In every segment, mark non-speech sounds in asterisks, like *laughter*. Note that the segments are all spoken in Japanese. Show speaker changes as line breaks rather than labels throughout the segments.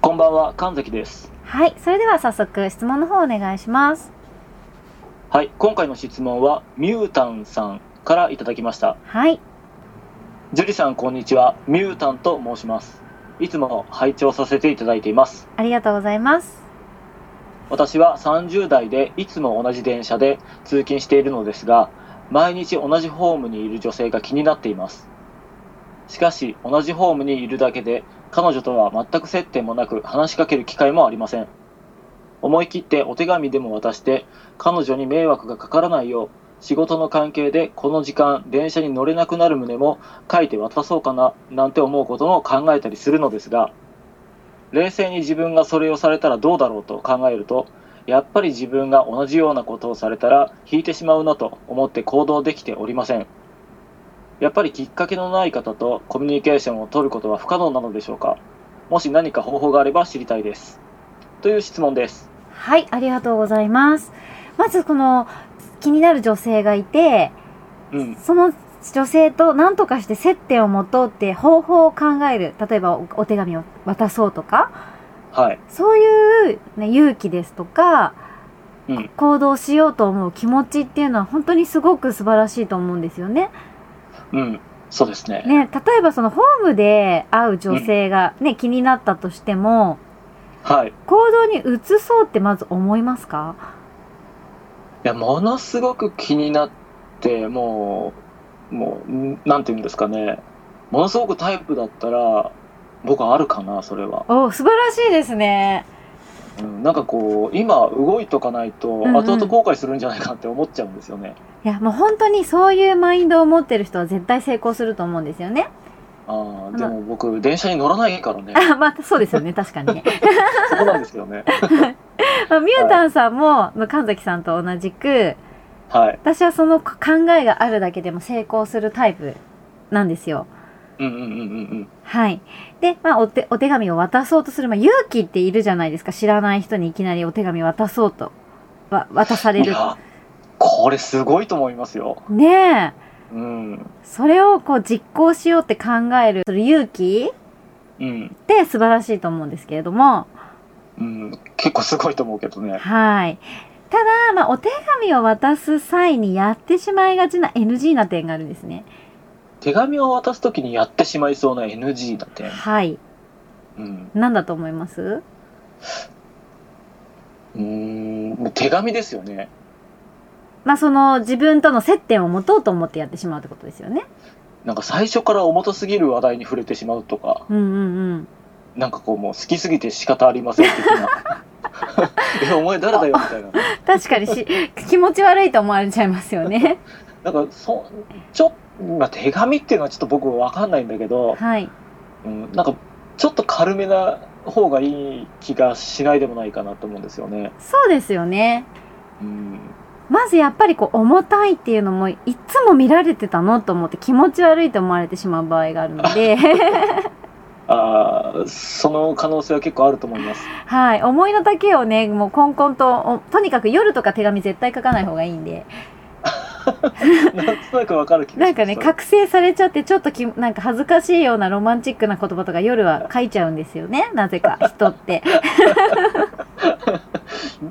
こんばんは、神崎です。
はい、それでは早速質問の方お願いします。
はい、今回の質問は、ミュータンさんからいただきました。
はい、
ジュリさん、こんにちは。ミュータンと申します。いつも拝聴させていただいています。
ありがとうございます。
私は30代で、いつも同じ電車で通勤しているのですが、毎日同じホームにいる女性が気になっています。しかし、同じホームにいるだけで、彼女とは全く接点もなく話しかける機会もありません。思い切ってお手紙でも渡して、彼女に迷惑がかからないよう、仕事の関係でこの時間電車に乗れなくなる旨も書いて渡そうかななんて思うことも考えたりするのですが冷静に自分がそれをされたらどうだろうと考えるとやっぱり自分が同じようなことをされたら引いてしまうなと思って行動できておりませんやっぱりきっかけのない方とコミュニケーションを取ることは不可能なのでしょうかもし何か方法があれば知りたいですという質問です
はい、ありがとうございます。まずこの気になる女性がいて、
うん
その女性と何とかして接点を持とうって方法を考える。例えばおお手紙を渡そうとか、
はい
そういう、ね、勇気ですとか、
うん
行動しようと思う気持ちっていうのは本当にすごく素晴らしいと思うんですよね。
うんそうですね
ね、例えばそのホームで会う女性が、ね気になったとしても
はい
行動に移そうってまず思いますか
いや、ものすごく気になって、もう、もうんなんていうんですかね、ものすごくタイプだったら、僕はあるかな、それは。
お素晴らしいですね
うん、なんかこう、今動いとかないと、
んうん
後々後悔するんじゃないかって思っちゃうんですよね。
いやもう本当にそういうマインドを持ってる人は絶対成功すると思うんですよね
あ
あ
あ、でも僕、電車に乗らないか
*laughs*
らね、
あまあそうですよね確か
*laughs*
にね、
そこなんですけどね。
まあ、ミュータンさんもまあ神崎さんと同じく
はい。
私はその考えがあるだけでも成功するタイプなんですよ
うんうんうんうんうん。
はい。で、まあ、お手、お手紙を渡そうとする、まあ、勇気っているじゃないですか。知らない人にいきなりお手紙渡そうと、わ、渡され
い
る。
や、これすごいと思いますよ。
ねえ。
うん。
それをこう実行しようって考える、その勇気
うん。
って素晴らしいと思うんですけれども、
うん。結構すごいと思うけどね。
はい。ただ、まあ、お手紙を渡す際にやってしまいがちな NG な点があるんですね。
手紙を渡すときにやってしまいそうな NG だって。
はい。
うん。
なんだと思います
うーん、手紙ですよね。
まあ、その自分との接点を持とうと思ってやってしまうってことですよね。
なんか最初から重たすぎる話題に触れてしまうとか、
うんうんうん。
なんかこうもう好きすぎて仕方ありません的な。 *laughs* え、お前誰だよみたいな。
確かにし気持ち悪いと思われちゃいますよね。
なんかそ、ちょっと、まあ、手紙っていうのはちょっと僕わかんないんだけど、
はい。
うん、なんかちょっと軽めな方がいい気がしないでもないかなと思うんですよね。
そうですよね。
うん。
まずやっぱりこう重たいっていうのもいつも見られてたのと思って気持ち悪いと思われてしまう場合があるので、
ああ、その可能性は結構あると思います。 *laughs*
はい。思いの丈をね、もうコンコンと、おとにかく夜とか手紙絶対書かない方がいいんで。
なんとなくわかる気が
な
し
ん
ま
か
す
ね、覚醒されちゃって、ちょっとき、なんか恥ずかしいようなロマンチックな言葉とか夜は書いちゃうんですよね。なぜ
*laughs*
か、人って。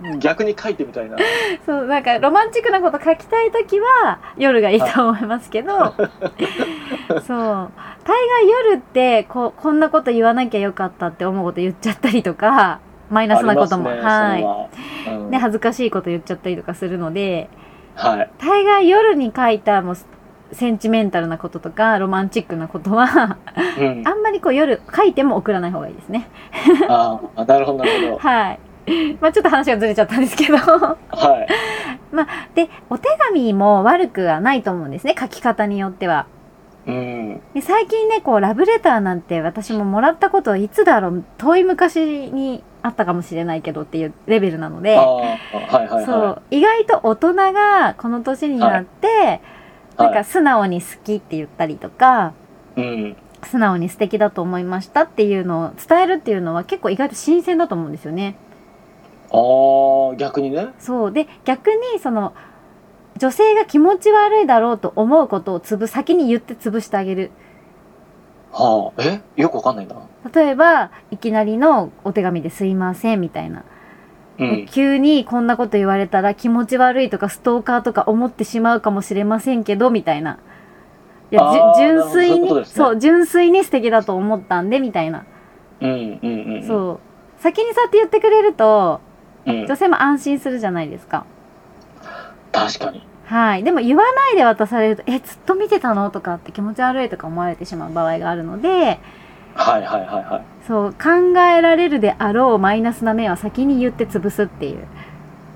うん逆に書いてみたいな。
そう、なんかロマンチックなこと書きたいときは、夜がいいと思いますけど、
*laughs*
そう。大概夜って、こう、こんなこと言わなきゃよかったって思うこと言っちゃったりとか、マイナスなことも。
あり
はい。
ますねそれはうん
ね、恥ずかしいこと言っちゃったりとかするので、
はい。
大概夜に書いたもうセンチメンタルなこととかロマンチックなこと
*laughs*
は
うん。
あんまりこう夜書いても送らない方がいいですね
ああ、なるほど、なるほど。
はい *laughs* まあちょっと話がずれちゃったんです
*laughs*
けど
はい。
でお手紙も悪くはないと思うんですね書き方によっては
うん。
で最近ねこうラブレターなんて私ももらったこといつだろう遠い昔にあったかもしれないけどっていうレベルなので
ああ、はいはい
そ
は
う意外と大人がこの年になって、
い。
なん
は
か
い。
素直に好きって言ったりとか、
うん。
素直に素敵だと思いましたっていうのを伝えるっていうのは結構意外と新鮮だと思うんですよね。
ああ、逆にね。
そうで逆にその女性が気持ち悪いだろうと思うことをつぶ先に言って潰してあげる
はあ。えよくわかんないな。
例えばいきなりのお手紙ですいませんみたいな、
う
で
ん。
急にこんなこと言われたら気持ち悪いとかストーカーとか思ってしまうかもしれませんけどみたいないやじゅ
あ
純
ー
粋に
なるほどそういうことですね
そう純粋に素敵だと思ったんでみたいな
うん、うん、うん。
そう先にそうやって言ってくれると
うん。
女性も安心するじゃないですか
確かに。
はいでも言わないで渡されると「えずっと見てたの?」とかって気持ち悪いとか思われてしまう場合があるので
はいはいはいはい。
そう考えられるであろうマイナスな面は先に言って潰すっていう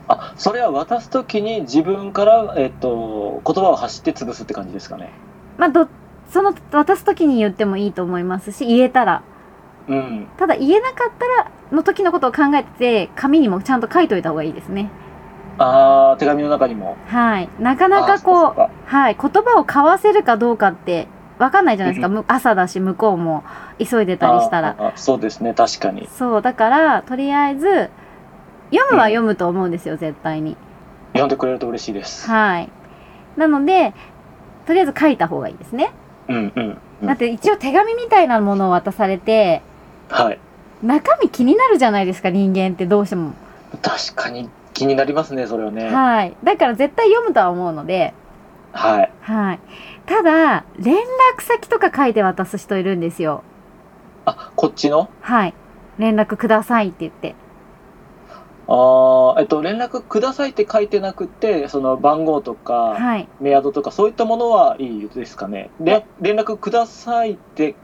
あ、それは渡すときに自分から、えっと、言葉を発して潰すって感じですかね。
まあどその渡す時に言ってもいいと思いますし言えたら
うん。
ただ言えなかったらの時のことを考えて紙にもちゃんと書いといた方がいいですね
ああ、手紙の中にも。
はいなか
あ
な
ー
か
そ
こ
っ
う
か
はい、言葉を交わせるかどうかって分かんないじゃないですか、
うん
む朝だし向こうも急いで
そ
た
っか
りしたら
あーあーそうですね、確かに。
そうだからとりあえず読むは読むと思うんですよ、絶対に
読んでくれると嬉しいです。
はいなのでとりあえず書いた方がいいですね、
うんうんうん
だって一応手紙みたいなものを渡されて
はい。
中身気になるじゃないですか人間ってどうしても、
確かに気になりますね、それはね。はい。
はいだから絶対読むとは思うのではいただ連絡先とか書いて渡す人いるんですよ
あ、こっちの
はい連絡くださいって言って
あーえっと、連絡くださいって書いてなくて、その番号とか、
はい
メアドとか、そういったものはいいですかね。で、連絡くださいって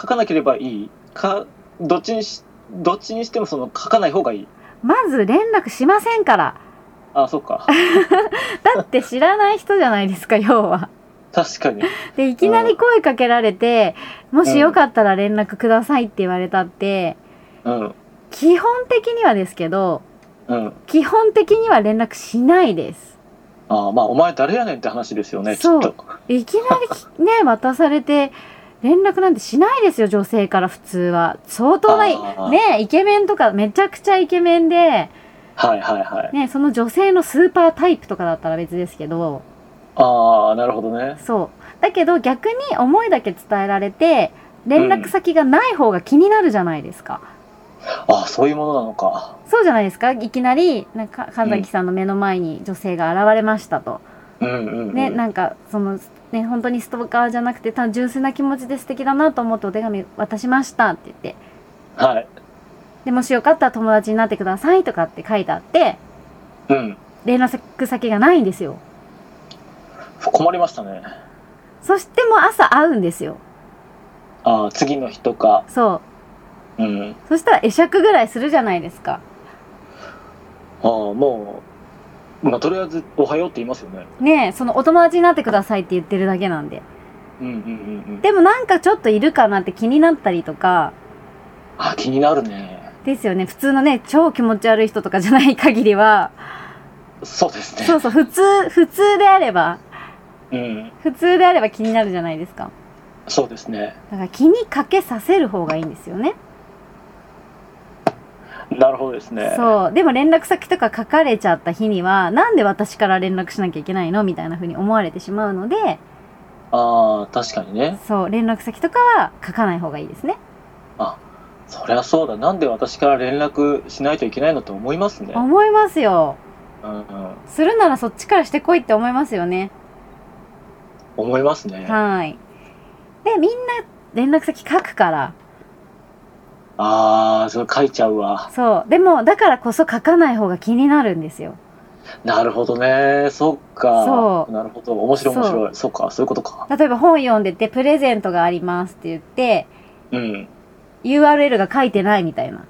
書かなければいいか、どっちにし、どっちにしてもその書かない方がいい。
まず連絡しませんから。
あ、そ
*laughs*
うか。
だって知らない人じゃないですか、要は。
確かに。
で、いきなり声かけられて、もしよかったら連絡くださいって言われたって、
うん。
基本的にはですけど、
うん。
基本的には連絡しないです。
あーまあ、お前誰やねんって話ですよね、きっ
そう
と。
いきなりね、渡されて、連絡なんてしないですよ、女性から普通は。相当な、
あー
ね、イケメンとか、めちゃくちゃイケメンで、
はいはいはい。
ね、その女性のスーパータイプとかだったら別ですけど、
ああ、なるほどね。
そう。だけど逆に思いだけ伝えられて、連絡先がない方が気になるじゃないですか。
ああ、そういうものなのか。
そうじゃないですかいきなり、なんか、神崎さんの目の前に女性が現れましたと。
うんうん、うん。
ね、なんか、その、ね、本当にストーカーじゃなくて、多分純粋な気持ちで素敵だなと思ってお手紙渡しましたって言って。
はい。
で、もしよかったら友達になってくださいとかって書いてあって、
うん。
連絡先がないんですよ。
困りましたね。
そしてもう朝会うんですよ。
ああ、次の日とか。
そ
うん。
う。そしたら会釈ぐらいするじゃないですか。
ああ、もう、まあ、とりあえず、おはようって言いますよね。
ねえ、そのお友達になってくださいって言ってるだけなんで。
うんうんうんうん。
でもなんかちょっといるかなって気になったりとか、
あ気になるね。
ですよね。普通のね、超気持ち悪い人とかじゃない限りは、
そうですね。
そうそう、普通、普通であれば、
うん。
普通であれば気になるじゃないですか。
そうですね。
だから気にかけさせる方がいいんですよね。
なるほどですね。
そう。でも連絡先とか書かれちゃった日には、なんで私から連絡しなきゃいけないのみたいな風に思われてしまうので、
ああ、確かにね。
そう、連絡先とかは書かない方がいいですね。
そりゃそうだ。なんで私から連絡しないといけないのって思いますね。
思いますよ。
うんうん、
するならそっちからしてこいって思いますよね。
思いますね。あ
はい。で、みんな連絡先書くから。
あー、それ書いちゃうわ。
そう。でも、だからこそ書かない方が気になるんですよ。
なるほどね。そっか。
そう
なるほど。面白い面白い。そっか。そういうことか。
例えば本読んでて、プレゼントがありますって言って、
うん。
URL が書いてないみたいな。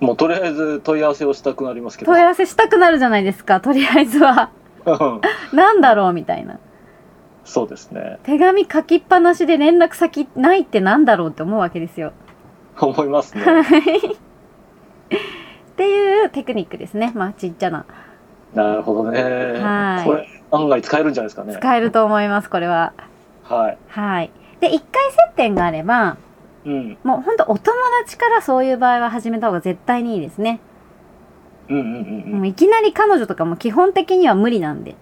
もうとりあえず問い合わせをしたくなりますけど。
問い合わせしたくなるじゃないですか、とりあえずは。 *laughs*
うん
なんだろうみたいな。
*laughs* そうですね。
手紙書きっぱなしで連絡先ないってなんだろうって思うわけですよ。
*laughs* 思い
*laughs*
ますね。
っていうテクニックですね。まあ、ちっちゃな。
なるほどね。
はい
これ案外使えるんじゃないですかね。
使えると思います、これは。
はい。
はい。で、一回接点があれば、
うん。
もうほんとお友達からそういう場合は始めた方が絶対にいいですね。
うんうんうんう
も
ん。
ういきなり彼女とかも基本的には無理なんで。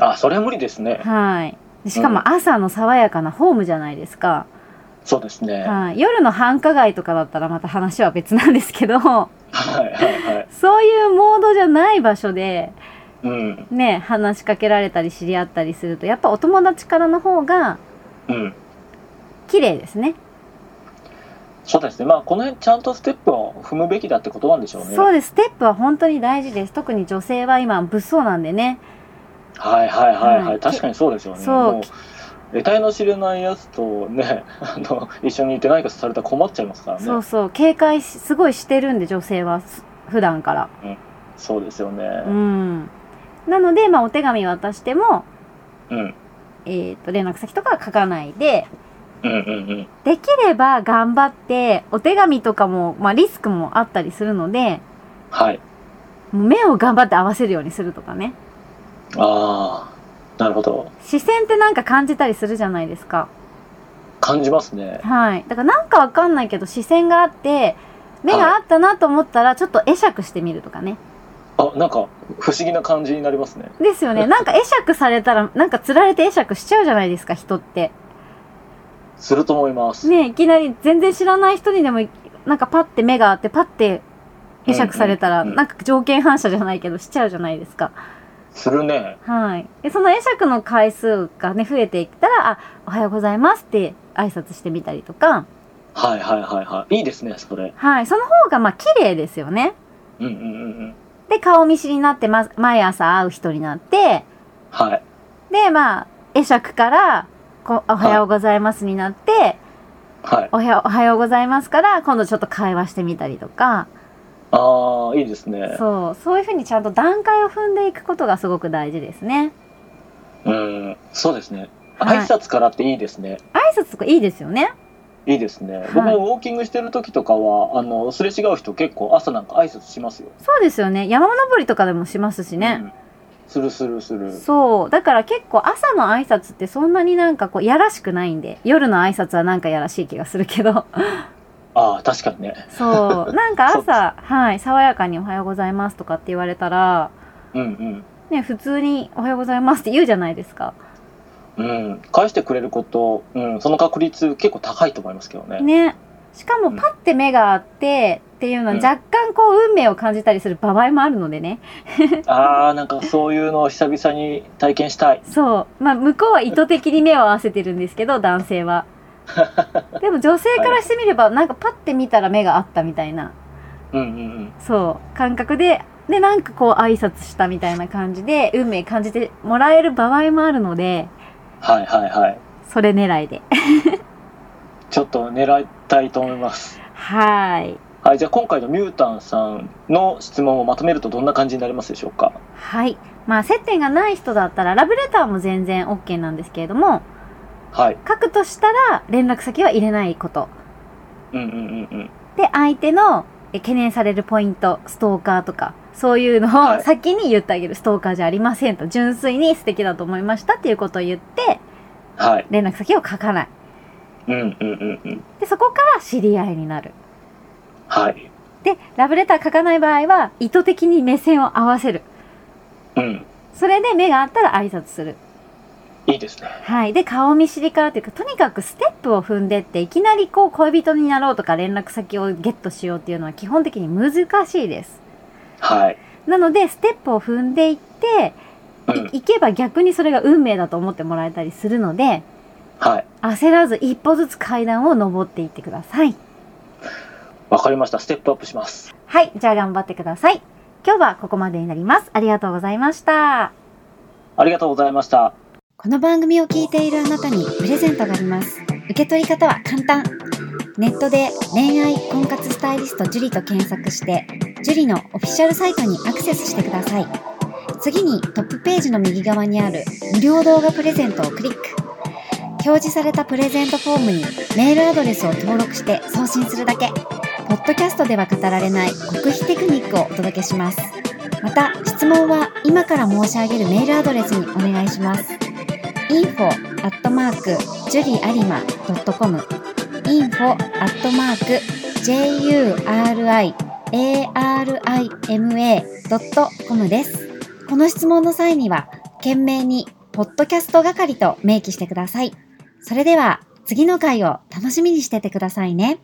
あ、それは無理ですね。
はい。でしかも朝の爽やかなホームじゃないですか。
そうですね。は
はい。夜の繁華街とかだったらまた話は別なんですけど、 *laughs*
いはいはい。
そういうモードじゃない場所で、
うん
ね、話しかけられたり知り合ったりすると、やっぱお友達からの方が
うん。
綺麗ですね。
そうですね。まあこの辺ちゃんとステップを踏むべきだってことなんでしょうね。
そうです。ステップは本当に大事です。特に女性は今物騒なんでね。
はいはいはいはい。
はい
確かにそうですよね。
そう
もう得体の知れないやつとね、 *laughs* あの一緒にいて何かされたら困っちゃいますからね。
そうそう。警戒しすごいしてるんで、女性はす普段から。
そうですよね。
うん。なので、まあ、お手紙渡しても、
うん
えっ、と、連絡先とかは書かないで、
うんうんうん。
できれば頑張って、お手紙とかも、まあ、リスクもあったりするので、
はい。
もう目を頑張って合わせるようにするとかね。
ああ、なるほど。
視線ってなんか感じたりするじゃないですか。
感じますね。
はい。だからなんかわかんないけど、視線があって、目があったなと思ったら、ちょっと会釈してみるとかね。
あ、なんか不思議な感じになりますね。
ですよね。なんか会釈されたら、なんか釣られて会釈しちゃうじゃないですか、人って。
すると思います。
ねいきなり全然知らない人にでも、なんかパッて目があって、パッて会釈されたら、
うんうんうん
なんか条件反射じゃないけど、しちゃうじゃないですか。
するね。
はい。で、その会釈の回数がね、増えていったら、あ、おはようございますって挨拶してみたりとか、
はいはいはいはい。いいですね、それ。
はい。その方が、まあ、綺麗ですよね。
うんうんうんうん。
で、顔見知りになって、ま、毎朝会う人になって、
はい。
で、まあ、会釈から、こおはようございますになって、
はい。
おはおはようございますから、今度ちょっと会話してみたりとか、
ああ、いいですね。
そう、そういうふうにちゃんと段階を踏んでいくことがすごく大事ですね。
うん、そうですね。
はい
挨拶からっていいですね。
挨拶とかいいですよね。
いいですね。
い
僕もウォーキングしてる時とかは、あの、すれ違う人結構朝なんか挨拶しますよ。
そうですよね。山登りとかでもしますしね。
うん。するするする。
そう。だから結構朝の挨拶ってそんなになんかこう、やらしくないんで、夜の挨拶はなんかやらしい気がするけど。
ああ、確かにね。
そう。なんか
そうです
朝、はい、爽やかにおはようございますとかって言われたら、
うん
ね、普通におはようございますって言うじゃないですか。
うん。うん。返してくれること、うん、その確率結構高いと思いますけどね。
ね。しかも
うん
パッて目があってっていうのは
うん
若干こう運命を感じたりする場合もあるのでね。
ああ、なんかそういうのを久々に体験したい。
そう。まあ向こうは意図的に目を合わせてるんですけど、男性は。でも女性からしてみればなんかパッて見たら目があったみたいな、
うんうんうん。
そう、感覚で、で、なんかこう挨拶したみたいな感じで運命感じてもらえる場合もあるので、
はいはいはい。
それ狙いで。 *laughs*
ちょっと狙いたいと思います。
はい。
はい、じゃあ今回のミュータンさんの質問をまとめるとどんな感じになりますでしょうか。
はい。まあ、接点がない人だったら、ラブレターも全然 OK なんですけれども、
はい。
書くとしたら、連絡先は入れないこと。
うんうんうんうん。
で、相手のえ懸念されるポイント、ストーカーとか、そういう
は
のを
い
先に言ってあげる。ストーカーじゃありませんと。純粋に素敵だと思いましたっていうことを言って、
はい。
連絡先を書かない。
うんうんうんうん。
で、そこから知り合いになる。
はい。
でラブレター書かない場合は意図的に目線を合わせる
うん。
それで目が合ったら挨拶する
いいですね。
はい。で、顔見知りからというか、とにかくステップを踏んでって、いきなりこう、恋人になろうとか、連絡先をゲットしようっていうのは基本的に難しいです。
はい。
なので、ステップを踏んでいって、
うん。
いけば逆にそれが運命だと思ってもらえたりするので、
はい。
焦らず一歩ずつ階段を登っていってください。
わかりました。ステップアップします。
はい。じゃあ頑張ってください。今日はここまでになります。ありがとうございました。
ありがとうございました。
この番組を聞いているあなたにプレゼントがあります。受け取り方は簡単。ネットで恋愛婚活スタイリスト樹と検索して、樹のオフィシャルサイトにアクセスしてください。次にトップページの右側にある無料動画プレゼントをクリック。表示されたプレゼントフォームにメールアドレスを登録して送信するだけ。ポッドキャストでは語られない極秘テクニックをお届けします。また、質問は今から申し上げるメールアドレスにお願いします。info アットマークジュリアリマドットコム info アットマーク juriarima ドットコムです。この質問の際には、懸命にポッドキャスト係と明記してください。それでは、次の回を楽しみにしててくださいね。